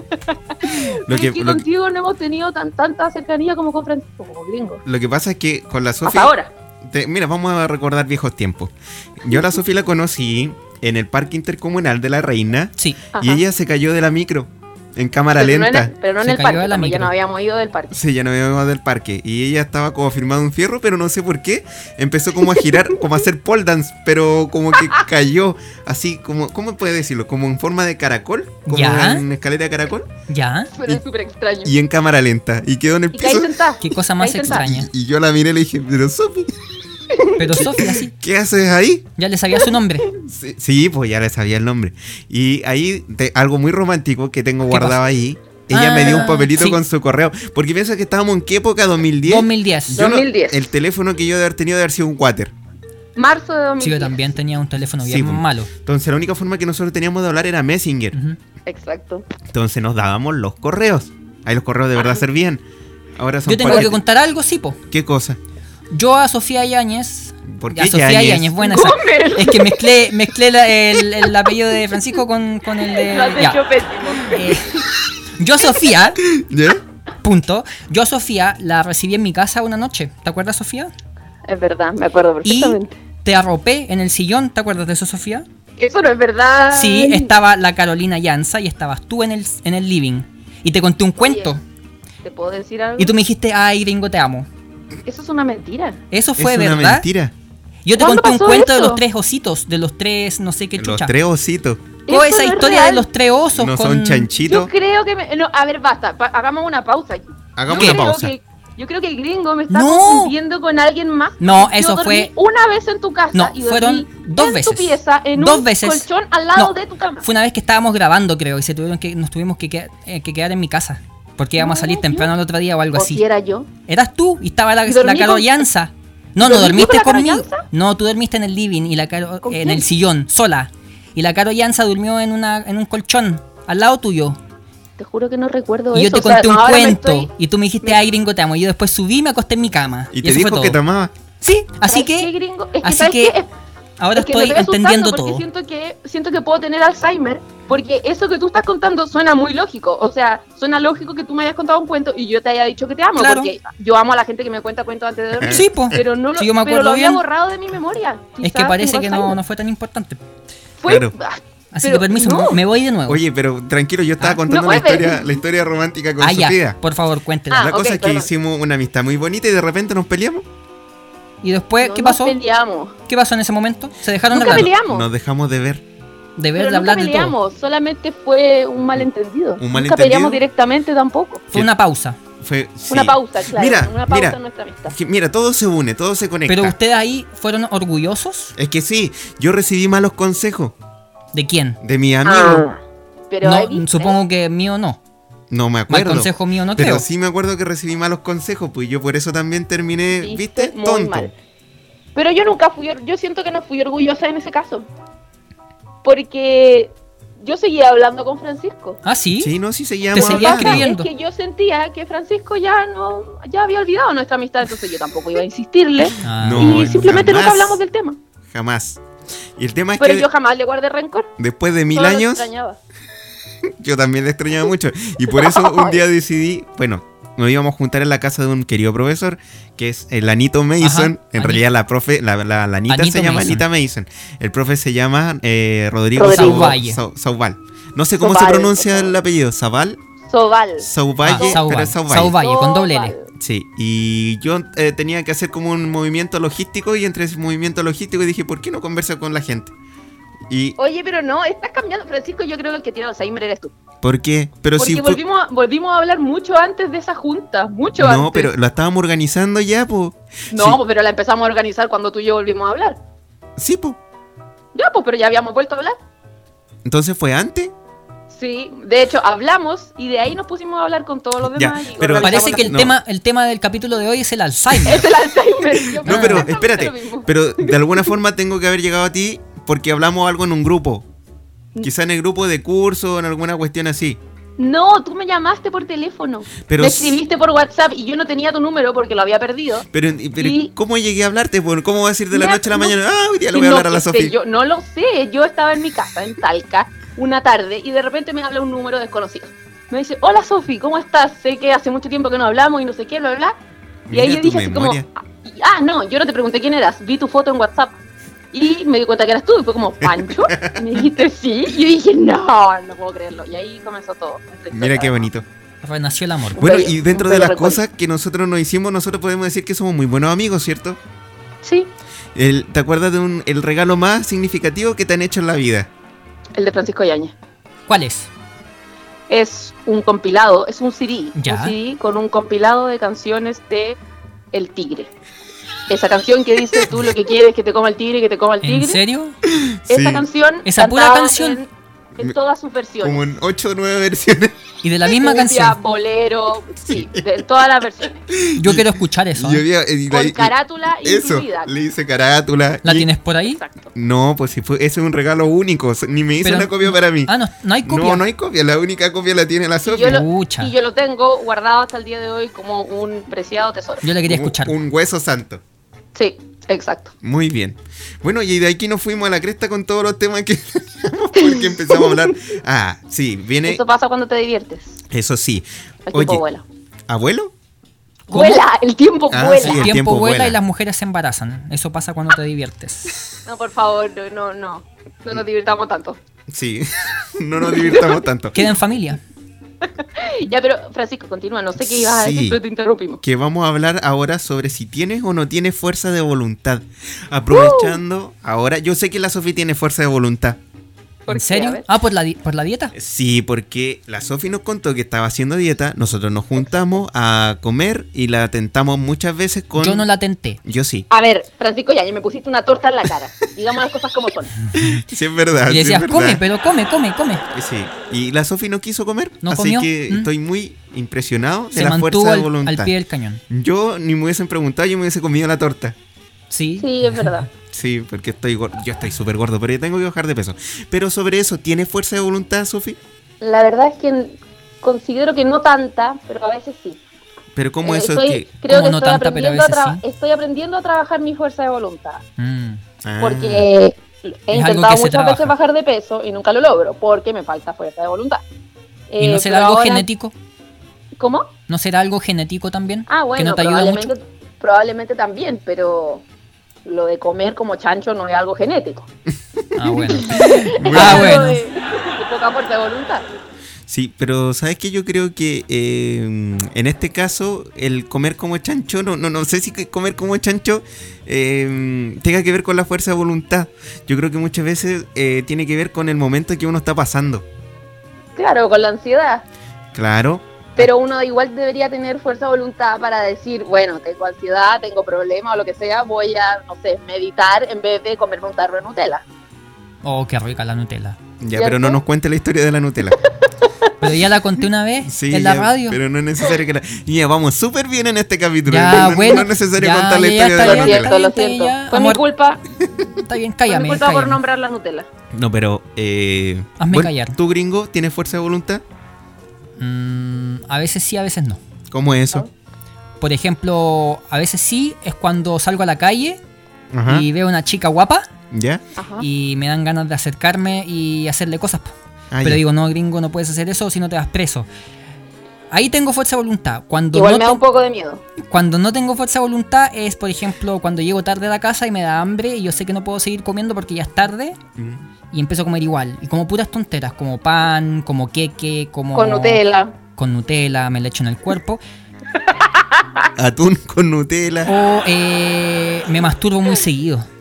Speaker 3: Lo que,
Speaker 5: es que
Speaker 3: lo, que-
Speaker 5: contigo no hemos tenido tan, tanta cercanía como con Francisco, como gringo.
Speaker 3: lo que pasa es que con la Sofi...
Speaker 5: Hasta ahora.
Speaker 3: te- mira, vamos a recordar viejos tiempos. Yo a la Sofi la conocí en el Parque Intercomunal de la Reina
Speaker 4: Sí.
Speaker 5: Ajá.
Speaker 3: y ella se cayó de la micro en cámara
Speaker 5: pero
Speaker 3: lenta.
Speaker 5: No en el, pero no en
Speaker 4: Se
Speaker 5: el
Speaker 4: cayó
Speaker 5: parque,
Speaker 4: de la
Speaker 5: como ya
Speaker 4: micro.
Speaker 5: no habíamos ido del parque.
Speaker 3: Sí, ya no habíamos del parque. Y ella estaba como firmando un fierro, pero no sé por qué. Empezó como a (laughs) girar, como a hacer pole dance, pero como que cayó así, como, ¿cómo puede decirlo? Como en forma de caracol, como
Speaker 4: Ya.
Speaker 3: en escalera de caracol,
Speaker 4: Ya.
Speaker 5: Pero es súper extraño. Y,
Speaker 3: y en cámara lenta. Y quedó en el
Speaker 5: que ahí
Speaker 3: piso.
Speaker 5: sentás.
Speaker 4: Qué cosa más
Speaker 5: Ahí está.
Speaker 4: extraña.
Speaker 3: Y yo la miré y le dije, pero Sofi,
Speaker 4: Pero Sofía sí.
Speaker 3: ¿qué haces ahí?
Speaker 4: Ya le sabía su
Speaker 3: (laughs)
Speaker 4: nombre.
Speaker 3: Sí, sí, pues ya le sabía el nombre. Y ahí, te- algo muy romántico que tengo
Speaker 4: ¿Qué
Speaker 3: guardado ahí. Ella me dio un
Speaker 4: Ah,
Speaker 3: papelito
Speaker 4: sí.
Speaker 3: con su correo. Porque piensa que estábamos en qué época, 2010.
Speaker 4: 2010.
Speaker 3: Yo no-
Speaker 5: 2010.
Speaker 3: el teléfono que yo de haber tenido de haber sido un water.
Speaker 5: Marzo de 2000.
Speaker 4: Sí, yo también tenía un teléfono
Speaker 3: Sí,
Speaker 4: bien
Speaker 3: pues.
Speaker 4: malo.
Speaker 3: Entonces la única forma que nosotros teníamos de hablar era Messenger.
Speaker 4: Ujú.
Speaker 5: Exacto.
Speaker 3: Entonces nos dábamos los correos. Ahí los correos de verdad servían. Ahora son
Speaker 4: Ah. Yo tengo
Speaker 3: parte-
Speaker 4: que contar algo, sí, po.
Speaker 3: ¿Qué cosa?
Speaker 4: Yo a Sofía Yáñez.
Speaker 3: ¿Por
Speaker 4: A
Speaker 3: qué
Speaker 4: Sofía
Speaker 3: Yáñez?
Speaker 4: Yáñez, buena esa.
Speaker 5: ¡Gómez!
Speaker 4: Es que mezclé, mezclé la- el, el apellido de Francisco con, con el de.
Speaker 5: Lo has
Speaker 4: Eh, ya.
Speaker 5: hecho pésimo.
Speaker 4: Eh, yo, Sofía,
Speaker 3: ¿Ya?
Speaker 4: punto. Yo, Sofía, la recibí en mi casa una noche. ¿Te acuerdas, Sofía?
Speaker 5: Es verdad, me acuerdo
Speaker 4: Y
Speaker 5: perfectamente.
Speaker 4: te arropé en el sillón. ¿Te acuerdas de eso, Sofía?
Speaker 5: Eso no es verdad.
Speaker 4: Sí, estaba la Carolina Llanza y estabas tú en el, en el living. Y te conté un cuento.
Speaker 5: ¿Te puedo decir algo?
Speaker 4: Y tú me dijiste, ay, gringo, te amo.
Speaker 5: Eso es una mentira.
Speaker 4: Eso fue
Speaker 3: es una
Speaker 4: verdad.
Speaker 3: mentira.
Speaker 4: Yo te
Speaker 5: ¿Cuándo
Speaker 4: conté un
Speaker 5: pasó
Speaker 4: cuento de
Speaker 5: eso?
Speaker 4: los tres ositos, de los tres, no sé qué
Speaker 3: Los
Speaker 4: chucha.
Speaker 3: tres ositos.
Speaker 4: Toda esa
Speaker 5: Eso no es
Speaker 4: historia de
Speaker 5: real.
Speaker 4: los tres osos
Speaker 3: No
Speaker 4: con.
Speaker 3: son
Speaker 5: Yo
Speaker 3: chanchitos.
Speaker 5: creo que... me- No, a ver, basta. pa- hagamos una pausa.
Speaker 3: Hagamos
Speaker 4: ¿Qué?
Speaker 3: una pausa.
Speaker 5: Creo que Yo creo que el gringo me está
Speaker 4: ¡No!
Speaker 5: confundiendo con alguien más.
Speaker 4: No,
Speaker 5: Yo
Speaker 4: eso
Speaker 5: dormí
Speaker 4: fue-
Speaker 5: Una vez en tu casa.
Speaker 4: No,
Speaker 5: y dormí
Speaker 4: fueron dos
Speaker 5: en
Speaker 4: veces.
Speaker 5: tu pieza, en
Speaker 4: Dos
Speaker 5: un
Speaker 4: veces.
Speaker 5: colchón al lado
Speaker 4: No,
Speaker 5: de tu cama.
Speaker 4: Fue una vez que estábamos grabando, creo, y se tuvieron que, nos tuvimos que, queda- eh, que quedar en mi casa. Porque íbamos a salir
Speaker 5: No,
Speaker 4: temprano al otro día o algo
Speaker 5: O si
Speaker 4: así.
Speaker 5: era yo.
Speaker 4: Eras tú y estaba la,
Speaker 5: ¿Y dormí
Speaker 4: la Caro
Speaker 5: con-
Speaker 4: Llanza. No, no
Speaker 5: ¿Dormí
Speaker 4: dormiste
Speaker 5: con la Caro
Speaker 4: conmigo.
Speaker 5: Llanza?
Speaker 4: No, tú dormiste en el living y la Caro-
Speaker 5: ¿Con
Speaker 4: en
Speaker 5: quién?
Speaker 4: el sillón, sola. Y la Caro Llanza durmió en, una, en un colchón, al lado tuyo.
Speaker 5: Te juro que no recuerdo
Speaker 4: Y yo te
Speaker 5: eso. o sea,
Speaker 4: conté un
Speaker 5: ahora me
Speaker 4: cuento.
Speaker 5: estoy-
Speaker 4: Y tú me dijiste, ay gringo, te amo. Y yo después subí y me acosté en mi cama.
Speaker 3: Y te
Speaker 4: eso fue
Speaker 3: dijo que
Speaker 4: todo.
Speaker 3: te amaba.
Speaker 4: Sí, así
Speaker 5: ¿Sabes qué,
Speaker 4: que
Speaker 5: gringo? Es que,
Speaker 4: así
Speaker 5: ¿sabes
Speaker 4: que
Speaker 5: qué? Es-
Speaker 4: ahora
Speaker 5: es que me
Speaker 4: estoy
Speaker 5: estoy asustando
Speaker 4: entendiendo
Speaker 5: porque
Speaker 4: todo.
Speaker 5: Siento que, siento que puedo tener Alzheimer, porque eso que tú estás contando suena muy lógico. O sea, suena lógico que tú me hayas contado un cuento y yo te haya dicho que te amo,
Speaker 4: Claro.
Speaker 5: porque yo amo a la gente que me cuenta cuentos antes de dormir.
Speaker 4: Sí, po.
Speaker 5: Pero no lo,
Speaker 4: Sí, yo me
Speaker 5: pero
Speaker 4: acuerdo
Speaker 5: lo había
Speaker 4: bien.
Speaker 5: borrado de mi memoria.
Speaker 4: Es que
Speaker 5: Quizás
Speaker 4: parece
Speaker 5: tengo
Speaker 4: que no,
Speaker 5: Alzheimer.
Speaker 4: no fue tan importante.
Speaker 5: Fue-
Speaker 3: Claro.
Speaker 5: ah,
Speaker 4: Así que
Speaker 5: Pero
Speaker 4: permiso,
Speaker 5: no.
Speaker 4: me voy de nuevo.
Speaker 3: Oye, pero tranquilo, yo estaba
Speaker 4: Ah.
Speaker 3: contando
Speaker 5: Ah. No,
Speaker 3: la,
Speaker 5: oye.
Speaker 3: historia, la historia romántica con
Speaker 4: ah,
Speaker 3: Sofía.
Speaker 4: ya, por favor, cuéntela.
Speaker 5: Ah.
Speaker 3: la cosa es
Speaker 5: ok,
Speaker 3: que
Speaker 5: perdón.
Speaker 3: hicimos una amistad muy bonita y de repente nos peleamos.
Speaker 4: ¿Y después
Speaker 5: Ah. no
Speaker 4: qué
Speaker 5: nos
Speaker 4: pasó?
Speaker 5: peleamos.
Speaker 4: ¿Qué pasó en ese momento? ¿Se dejaron de
Speaker 5: Nunca
Speaker 4: hablar?
Speaker 5: peleamos.
Speaker 3: Nos dejamos de ver.
Speaker 4: De ver,
Speaker 5: pero
Speaker 4: de
Speaker 5: nunca
Speaker 4: hablar de todo.
Speaker 5: peleamos, solamente fue un malentendido.
Speaker 3: Un
Speaker 5: Nunca
Speaker 3: malentendido.
Speaker 5: peleamos directamente tampoco.
Speaker 4: Fue una pausa.
Speaker 3: Fue, sí.
Speaker 5: Una pausa, claro.
Speaker 3: Mira,
Speaker 5: una pausa
Speaker 3: mira.
Speaker 5: en nuestra amistad.
Speaker 3: Que Mira, todo se une, todo se conecta.
Speaker 4: Pero ustedes ahí fueron orgullosos
Speaker 3: Es que sí, yo recibí malos consejos
Speaker 4: de quién?
Speaker 3: de mi
Speaker 5: Ah.
Speaker 3: amigo.
Speaker 5: Pero
Speaker 4: No,
Speaker 5: ahí eh, viste.
Speaker 4: supongo que mío no.
Speaker 3: No me
Speaker 4: Mal
Speaker 3: acuerdo.
Speaker 4: consejo mío no
Speaker 3: pero
Speaker 4: creo.
Speaker 3: sí me acuerdo que recibí malos consejos, pues yo por eso también terminé,
Speaker 5: Sí,
Speaker 3: ¿viste?
Speaker 5: muy
Speaker 3: Tonto.
Speaker 5: mal. Pero yo nunca fui, or- yo siento que no fui orgullosa en ese caso. Porque yo seguía hablando con Francisco.
Speaker 4: Ah, sí.
Speaker 3: Sí, no, sí seguíamos.
Speaker 4: Te seguía
Speaker 3: hablando.
Speaker 5: Pasa
Speaker 4: escribiendo.
Speaker 5: es que yo sentía que Francisco ya no ya había olvidado nuestra amistad, entonces yo tampoco iba a insistirle
Speaker 4: Ah.
Speaker 3: No.
Speaker 5: y simplemente
Speaker 3: jamás.
Speaker 5: nunca hablamos del tema.
Speaker 3: Jamás. Y el tema es
Speaker 5: Pero
Speaker 3: que
Speaker 5: yo jamás le guardé rencor.
Speaker 3: después de mil
Speaker 5: solo lo
Speaker 3: años,
Speaker 5: extrañaba.
Speaker 3: yo también le extrañaba mucho. Y por eso un día decidí, bueno, nos íbamos a juntar en la casa de un querido profesor, que es el Anito Mason. en
Speaker 4: Anito.
Speaker 3: realidad la profe, la, la, la Anita
Speaker 4: Anito
Speaker 3: se llama
Speaker 4: Mason.
Speaker 3: Anita Mason. El profe se llama eh, Rodrigo
Speaker 5: Rodrigo.
Speaker 3: Sauvalle. Sau- Sauval. No sé cómo se
Speaker 5: Sauval,
Speaker 3: pronuncia
Speaker 5: Sauval.
Speaker 3: el apellido, Saval,
Speaker 5: Soval.
Speaker 4: Ah,
Speaker 3: Sauvalle, pero
Speaker 4: Sauvalle.
Speaker 3: es Sauvalle.
Speaker 4: Sauvalle, con doble L.
Speaker 5: Soval.
Speaker 3: Sí, y yo eh, tenía que hacer como un movimiento logístico y entre ese movimiento logístico dije, ¿por qué no converso con la gente? Y
Speaker 5: Oye, pero no, estás cambiando, Francisco, yo creo que el que tiene Alzheimer eres tú.
Speaker 3: ¿por qué? Pero
Speaker 5: Porque
Speaker 3: si fu-
Speaker 5: volvimos, a- volvimos a hablar mucho antes de esa junta, mucho antes.
Speaker 3: No, pero la estábamos organizando ya, po.
Speaker 5: No,
Speaker 3: Sí.
Speaker 5: pues, pero la empezamos a organizar cuando tú y yo volvimos a hablar.
Speaker 3: Sí, po.
Speaker 5: Ya, pues, pero ya habíamos vuelto a hablar.
Speaker 3: Entonces fue antes.
Speaker 5: Sí, de hecho, hablamos y de ahí nos pusimos a hablar con todos los
Speaker 3: Ya,
Speaker 5: demás. y
Speaker 3: pero-
Speaker 5: organizamos
Speaker 4: Parece
Speaker 5: la-
Speaker 4: que el
Speaker 3: No.
Speaker 4: tema el tema del capítulo de hoy es el Alzheimer.
Speaker 5: (laughs) Es el Alzheimer. yo
Speaker 3: (laughs) No,
Speaker 5: creo
Speaker 3: pero
Speaker 5: que es
Speaker 3: espérate.
Speaker 5: lo mismo.
Speaker 3: Pero de alguna forma tengo que haber llegado a ti porque hablamos algo en un grupo. Quizá en el grupo de curso, en alguna cuestión así.
Speaker 5: No, tú me llamaste por teléfono.
Speaker 3: Pero
Speaker 5: me
Speaker 3: s-
Speaker 5: escribiste por WhatsApp y yo no tenía tu número porque lo había perdido.
Speaker 3: Pero, pero
Speaker 5: Y-
Speaker 3: ¿cómo llegué a hablarte? po? ¿Cómo voy a decir de la
Speaker 5: Mira,
Speaker 3: noche a la
Speaker 5: no-
Speaker 3: mañana? Ah, hoy día le voy a
Speaker 5: No
Speaker 3: hablar a la
Speaker 5: sé,
Speaker 3: Sofía.
Speaker 5: Yo no lo sé, yo estaba en mi casa, en Talca, una tarde, y de repente me habla un número desconocido. Me dice, hola Sofi, ¿cómo estás? Sé que hace mucho tiempo que no hablamos y no sé qué, bla, bla. bla". Y
Speaker 3: Mira
Speaker 5: ahí yo
Speaker 3: tu
Speaker 5: dije así como,
Speaker 3: memoria.
Speaker 5: ah, no, yo no te pregunté quién eras, vi tu foto en WhatsApp. Y me di cuenta que eras tú, y fue
Speaker 3: (laughs)
Speaker 5: como, ¿Pancho? Y me dijiste sí, y yo dije, no, no puedo creerlo. Y ahí comenzó todo.
Speaker 3: Mira qué bonito.
Speaker 4: Renació el amor.
Speaker 3: Bueno,
Speaker 5: bello-
Speaker 3: y
Speaker 5: un
Speaker 3: dentro de
Speaker 5: bello
Speaker 3: las
Speaker 5: recuerdo.
Speaker 3: cosas que nosotros nos hicimos, nosotros podemos decir que somos muy buenos amigos, ¿cierto?
Speaker 5: Sí,
Speaker 3: El- ¿Te acuerdas de un, el regalo más significativo que te han hecho en la vida?
Speaker 5: el de Francisco Yañez.
Speaker 4: ¿Cuál es?
Speaker 5: es un compilado, es un CD,
Speaker 4: Ya.
Speaker 5: un CD con un compilado de canciones de El Tigre. Esa canción que dice tú lo que quieres que te coma el tigre, que te coma el
Speaker 4: ¿En
Speaker 5: tigre.
Speaker 4: serio?
Speaker 5: Esa
Speaker 3: Sí.
Speaker 5: canción
Speaker 4: Esa pura
Speaker 5: cantada
Speaker 4: canción.
Speaker 5: en, en todas sus versiones.
Speaker 3: Como en 8 o 9 versiones.
Speaker 4: Y de la misma
Speaker 5: Cumbia,
Speaker 4: canción.
Speaker 5: bolero, sí, de en todas las versiones.
Speaker 4: Yo quiero escuchar eso.
Speaker 3: Yo
Speaker 4: ¿eh?
Speaker 3: había- y la-
Speaker 5: Con
Speaker 3: y-
Speaker 5: carátula
Speaker 3: Eso,
Speaker 5: incluida.
Speaker 3: le hice carátula.
Speaker 4: ¿La
Speaker 3: y-
Speaker 4: tienes por ahí?
Speaker 5: Exacto.
Speaker 3: No, pues si fue, ese es un regalo único. o sea, Ni me hizo
Speaker 4: Pero-
Speaker 3: una copia para mí.
Speaker 4: Ah, no, no hay copia.
Speaker 3: No, no hay copia. La única copia la tiene la
Speaker 5: Y
Speaker 3: Sofía.
Speaker 5: yo, lo,
Speaker 4: Pucha.
Speaker 5: y yo lo tengo guardado hasta el día de hoy como un preciado tesoro.
Speaker 4: Yo la quería
Speaker 3: Como
Speaker 4: escuchar.
Speaker 3: Un hueso santo.
Speaker 5: Sí, exacto.
Speaker 3: Muy bien. Bueno, y de aquí nos fuimos a la cresta con todos los temas que (laughs) teníamos, porque empezamos a
Speaker 5: (laughs)
Speaker 3: hablar. Ah, sí, viene.
Speaker 5: Eso pasa cuando te diviertes.
Speaker 3: Eso sí.
Speaker 5: El
Speaker 3: Oye,
Speaker 5: tiempo vuela.
Speaker 3: ¿abuelo?
Speaker 4: ¿Cómo?
Speaker 5: Vuela, el tiempo
Speaker 3: Ah,
Speaker 5: vuela.
Speaker 3: sí,
Speaker 4: El
Speaker 3: el
Speaker 4: tiempo,
Speaker 3: tiempo
Speaker 4: vuela,
Speaker 3: vuela.
Speaker 4: y las mujeres se embarazan. Eso pasa cuando te diviertes.
Speaker 5: No, por favor, no, no, no. No nos divirtamos tanto.
Speaker 3: Sí. (laughs) no nos divirtamos
Speaker 4: (laughs)
Speaker 3: tanto.
Speaker 4: Queda en familia.
Speaker 5: Ya, pero Francisco, continúa. No sé qué ibas a
Speaker 3: Sí.
Speaker 5: decir, pero te interrumpimos.
Speaker 3: (laughs) que vamos a hablar ahora sobre si tienes o no tienes fuerza
Speaker 5: Uh.
Speaker 3: de voluntad. Aprovechando ahora, yo sé que la Sofi tiene fuerza de voluntad.
Speaker 5: (laughs) ¿Por
Speaker 4: ¿En
Speaker 5: qué? A
Speaker 4: serio?
Speaker 5: ver.
Speaker 4: Ah, por la, di- por la dieta.
Speaker 3: Sí, porque la Sofi nos contó que estaba haciendo dieta, nosotros nos juntamos a comer y la tentamos muchas veces con...
Speaker 4: Yo no la tenté. (laughs)
Speaker 3: Yo sí,
Speaker 5: A ver, Francisco Yañez, me pusiste una torta en
Speaker 3: (laughs)
Speaker 5: la cara. Digamos las cosas como son.
Speaker 3: sí es
Speaker 4: Y
Speaker 3: verdad. Ah, sí
Speaker 4: le
Speaker 3: es
Speaker 4: decías,
Speaker 3: verdad.
Speaker 4: come, pero come, come, come.
Speaker 3: Sí, y la Sofi no quiso comer,
Speaker 4: No
Speaker 3: así
Speaker 4: comió,
Speaker 3: que
Speaker 4: ¿mm?
Speaker 3: estoy muy impresionado de
Speaker 4: Se
Speaker 3: la
Speaker 4: mantuvo
Speaker 3: fuerza de
Speaker 4: al,
Speaker 3: voluntad.
Speaker 4: al pie del cañón.
Speaker 3: Yo ni me hubiesen preguntado, yo me hubiese comido la torta.
Speaker 4: Sí.
Speaker 5: Sí, es verdad.
Speaker 3: Sí, porque estoy gordo. Yo estoy súper gordo, pero yo tengo que bajar de peso. Pero sobre eso, ¿tiene fuerza de voluntad, Sofi?
Speaker 5: La verdad es que considero que no tanta, pero a veces sí.
Speaker 3: Pero ¿cómo
Speaker 5: Eh,
Speaker 3: eso
Speaker 5: estoy-
Speaker 3: que...?
Speaker 5: Creo
Speaker 4: ¿Cómo
Speaker 5: que
Speaker 4: no
Speaker 5: estoy,
Speaker 4: tanta, pero a
Speaker 5: aprendiendo a
Speaker 4: veces
Speaker 5: tra- estoy aprendiendo a trabajar mi fuerza de voluntad.
Speaker 4: Mm.
Speaker 3: Ah,
Speaker 5: Porque he
Speaker 4: que
Speaker 5: intentado
Speaker 4: se
Speaker 5: muchas
Speaker 4: trabaja.
Speaker 5: veces bajar de peso y nunca lo logro, porque me falta fuerza de voluntad.
Speaker 4: ¿Y no
Speaker 5: Eh,
Speaker 4: será
Speaker 5: pero
Speaker 4: algo
Speaker 5: ahora-
Speaker 4: genético?
Speaker 5: ¿Cómo?
Speaker 4: ¿No será algo genético también?
Speaker 5: Ah, bueno,
Speaker 4: que no te ayuda
Speaker 5: probablemente,
Speaker 4: mucho.
Speaker 5: probablemente también, pero lo de comer como chancho no es algo genético.
Speaker 4: Ah,
Speaker 5: (laughs)
Speaker 4: bueno.
Speaker 5: Es
Speaker 4: Ah,
Speaker 5: algo
Speaker 4: bueno.
Speaker 5: De, de poca fuerza de voluntad.
Speaker 3: Sí, pero ¿sabes qué? Yo creo que eh, en este caso el comer como chancho, no, no, no sé si que comer como chancho eh, tenga que ver con la fuerza de voluntad. Yo creo que muchas veces eh, tiene que ver con el momento que uno está pasando.
Speaker 5: Claro, con la ansiedad.
Speaker 3: Claro,
Speaker 5: Pero uno igual debería tener fuerza de voluntad para decir, bueno, tengo ansiedad, tengo problemas o lo que sea, voy a, no sé, meditar en vez de comerme un tarro de Nutella.
Speaker 4: Oh, qué rica la Nutella.
Speaker 3: ya, pero no
Speaker 5: ¿Cierto?
Speaker 3: nos cuente la historia de la Nutella.
Speaker 4: (laughs) Pero ya la conté una vez
Speaker 3: Sí,
Speaker 4: en la
Speaker 3: ya,
Speaker 4: radio.
Speaker 3: Pero no es necesario que la. Niña, vamos súper bien en este capítulo.
Speaker 4: Ya,
Speaker 3: (laughs) no, no-
Speaker 4: bueno,
Speaker 3: no es necesario
Speaker 4: ya,
Speaker 3: contar la
Speaker 4: ya, ya
Speaker 3: historia
Speaker 4: está
Speaker 3: de la
Speaker 5: lo
Speaker 4: bien,
Speaker 3: Nutella.
Speaker 5: siento, lo
Speaker 4: está bien,
Speaker 5: siento.
Speaker 4: ya.
Speaker 5: Fue
Speaker 4: Amor,
Speaker 5: mi culpa,
Speaker 4: Está bien,
Speaker 5: fue mi
Speaker 4: cállame.
Speaker 5: culpa por
Speaker 4: cállame.
Speaker 5: nombrar las Nutella.
Speaker 3: No, pero. Eh,
Speaker 4: Hazme
Speaker 3: bueno,
Speaker 4: callar.
Speaker 3: ¿Tú, gringo, tienes fuerza de voluntad?
Speaker 4: Mm, a veces sí, a veces no.
Speaker 3: ¿Cómo es eso?
Speaker 4: Por ejemplo, a veces sí es cuando salgo a la calle
Speaker 3: Ajá.
Speaker 4: y veo una chica guapa
Speaker 3: ¿Ya?
Speaker 5: Ajá.
Speaker 4: y me dan ganas de acercarme y hacerle cosas. po.
Speaker 3: Ah,
Speaker 4: Pero
Speaker 3: ya.
Speaker 4: digo, no, gringo, no puedes hacer eso si no te vas preso. Ahí tengo fuerza de voluntad. Cuando
Speaker 5: Igual
Speaker 4: no
Speaker 5: me da
Speaker 4: te-
Speaker 5: un poco de miedo.
Speaker 4: Cuando no tengo fuerza de voluntad es, por ejemplo, cuando llego tarde a la casa y me da hambre y yo sé que no puedo seguir comiendo porque ya es tarde
Speaker 3: Mm.
Speaker 4: y empiezo a comer igual. Y como puras tonteras, como pan, como queque, como...
Speaker 5: Con Nutella.
Speaker 4: Con Nutella, me le echo en el cuerpo.
Speaker 3: Atún (laughs) con Nutella.
Speaker 4: O eh, me masturbo muy seguido.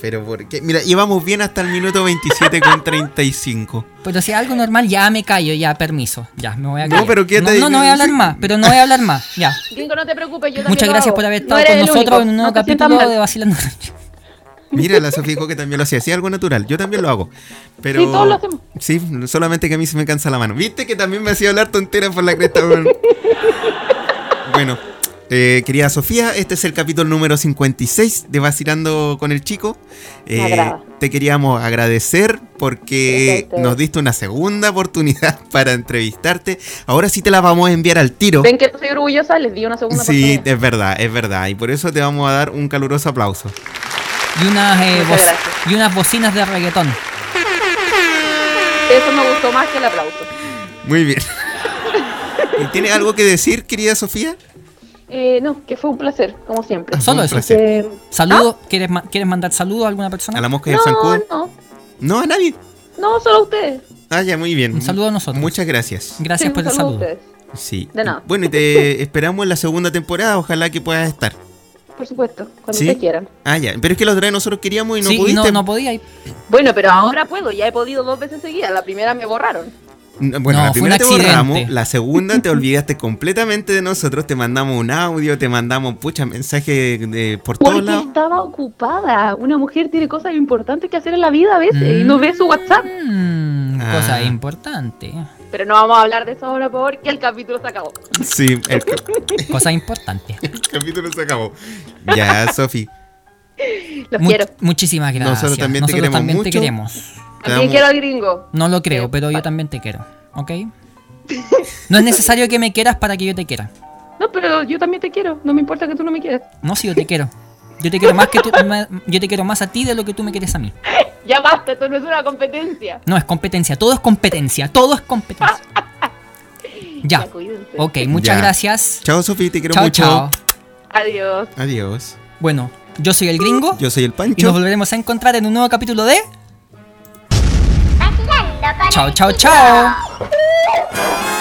Speaker 3: Pero por qué? Mira, íbamos bien hasta el minuto 27 con 35.
Speaker 4: Pero si es algo normal, ya me callo, ya, permiso. Ya, me voy a
Speaker 3: No,
Speaker 4: callar.
Speaker 3: pero ¿qué
Speaker 4: no,
Speaker 3: te-
Speaker 4: no, no voy a hablar más, pero no voy a hablar más, ya.
Speaker 5: Gringo, no te preocupes, yo también
Speaker 4: Muchas
Speaker 5: lo
Speaker 4: gracias
Speaker 5: hago.
Speaker 4: por haber
Speaker 5: No
Speaker 4: estado
Speaker 5: eres
Speaker 4: con
Speaker 5: el
Speaker 4: nosotros
Speaker 5: único.
Speaker 4: en un nuevo
Speaker 5: No te sientas
Speaker 4: capítulo
Speaker 5: mal.
Speaker 4: de Vacilando.
Speaker 3: Mira, la Sofía dijo que también lo hacía. Sí, algo natural. Yo también lo hago. Pero...
Speaker 5: Sí, todos lo hacemos.
Speaker 3: Sí, solamente que a mí se me cansa la mano. ¿Viste que también me hacía hablar tonteras por la cresta? weón? bueno, eh, querida Sofía, este es el capítulo número 56 de Vacilando con el Chico.
Speaker 5: Me
Speaker 3: Eh,
Speaker 5: agrada.
Speaker 3: te queríamos agradecer porque
Speaker 5: Gracias a ustedes.
Speaker 3: nos diste una segunda oportunidad (laughs) para entrevistarte. Ahora sí te la vamos a enviar al tiro.
Speaker 5: Ven que soy orgullosa, les di una segunda
Speaker 3: Sí,
Speaker 5: oportunidad.
Speaker 3: es verdad, es verdad. Y por eso te vamos a dar un caluroso aplauso.
Speaker 4: Y unas, eh,
Speaker 5: Muchas
Speaker 4: bo-
Speaker 5: gracias.
Speaker 4: y unas bocinas de reggaetón.
Speaker 5: Eso me gustó más que el aplauso.
Speaker 3: Muy
Speaker 5: (laughs)
Speaker 3: bien. ¿Y ¿Tienes algo que decir, querida Sofía?
Speaker 5: Eh, no, que fue un placer, como siempre.
Speaker 4: Solo
Speaker 3: Un
Speaker 4: eso.
Speaker 3: placer.
Speaker 5: Eh,
Speaker 4: Saludos, ¿quieres, ma- ¿quieres mandar saludos a alguna persona?
Speaker 3: ¿A la mosca y al
Speaker 5: no,
Speaker 3: zancudo?
Speaker 5: no,
Speaker 3: No, a nadie.
Speaker 5: no, solo a ustedes.
Speaker 3: Ah, ya, muy bien.
Speaker 4: Un saludo a nosotros.
Speaker 3: Muchas gracias.
Speaker 4: Gracias
Speaker 5: Sí,
Speaker 4: por
Speaker 5: un
Speaker 4: el
Speaker 5: saludo a
Speaker 4: saludo.
Speaker 5: ustedes.
Speaker 3: Sí.
Speaker 5: De nada.
Speaker 3: Bueno, y te esperamos en la segunda temporada. Ojalá que puedas estar.
Speaker 5: Por supuesto, cuando
Speaker 3: ¿Sí?
Speaker 5: ustedes quieran.
Speaker 3: Ah, ya. Pero es que los tres nosotros queríamos y no
Speaker 4: sí, y
Speaker 3: pudiste.
Speaker 4: no, no podía ir.
Speaker 5: Bueno, pero ahora puedo, ya he podido dos veces seguidas. La primera me borraron.
Speaker 3: N- Bueno,
Speaker 4: No,
Speaker 3: la
Speaker 4: fue un
Speaker 3: primera te
Speaker 4: accidente.
Speaker 3: borramos, la segunda te olvidaste completamente de nosotros, te mandamos un audio, te mandamos pucha mensaje de- por todos
Speaker 5: Porque
Speaker 3: lados.
Speaker 5: estaba ocupada. Una mujer tiene cosas importantes que hacer en la vida a veces y no ve su WhatsApp.
Speaker 4: Mm, Cosa
Speaker 3: Ah.
Speaker 4: importante.
Speaker 5: Pero no vamos a hablar de eso ahora porque el capítulo se acabó.
Speaker 3: Sí, el,
Speaker 5: (laughs)
Speaker 3: cap-
Speaker 4: Cosa importante.
Speaker 3: el (laughs) capítulo se acabó. Ya, Sofi.
Speaker 5: Los
Speaker 4: Mu-
Speaker 5: quiero.
Speaker 4: Muchísimas gracias.
Speaker 3: Nosotros también te queremos
Speaker 4: también te
Speaker 3: mucho.
Speaker 4: queremos.
Speaker 3: te
Speaker 5: También
Speaker 3: damos-
Speaker 5: quiero al gringo.
Speaker 4: No lo creo,
Speaker 5: Sí,
Speaker 4: pero yo
Speaker 5: vale.
Speaker 4: también te quiero.
Speaker 5: (laughs)
Speaker 4: ¿Ok? No es necesario que me quieras para que yo te quiera.
Speaker 5: No, pero yo también te quiero. No me importa que tú no me quieras.
Speaker 4: No, si yo te quiero. Yo te quiero más que tú, (laughs) ma- yo te quiero más a ti de lo que tú me quieres a mí.
Speaker 5: Ya basta, esto no es una competencia.
Speaker 4: No, es competencia, todo es competencia, todo es competencia. Ya.
Speaker 5: cuídense.
Speaker 4: Ok, muchas
Speaker 3: Ya.
Speaker 4: gracias.
Speaker 3: Chao, Sofi, te quiero
Speaker 4: Chao,
Speaker 3: mucho.
Speaker 4: chao.
Speaker 5: Adiós.
Speaker 3: Adiós.
Speaker 4: Bueno, yo soy el gringo
Speaker 3: Yo soy
Speaker 4: y
Speaker 3: el
Speaker 4: nos
Speaker 3: Pancho.
Speaker 4: volveremos a encontrar en un nuevo capítulo de
Speaker 1: Vacilando con
Speaker 4: Chao,
Speaker 1: el
Speaker 4: chao,
Speaker 1: Chico.
Speaker 4: chao.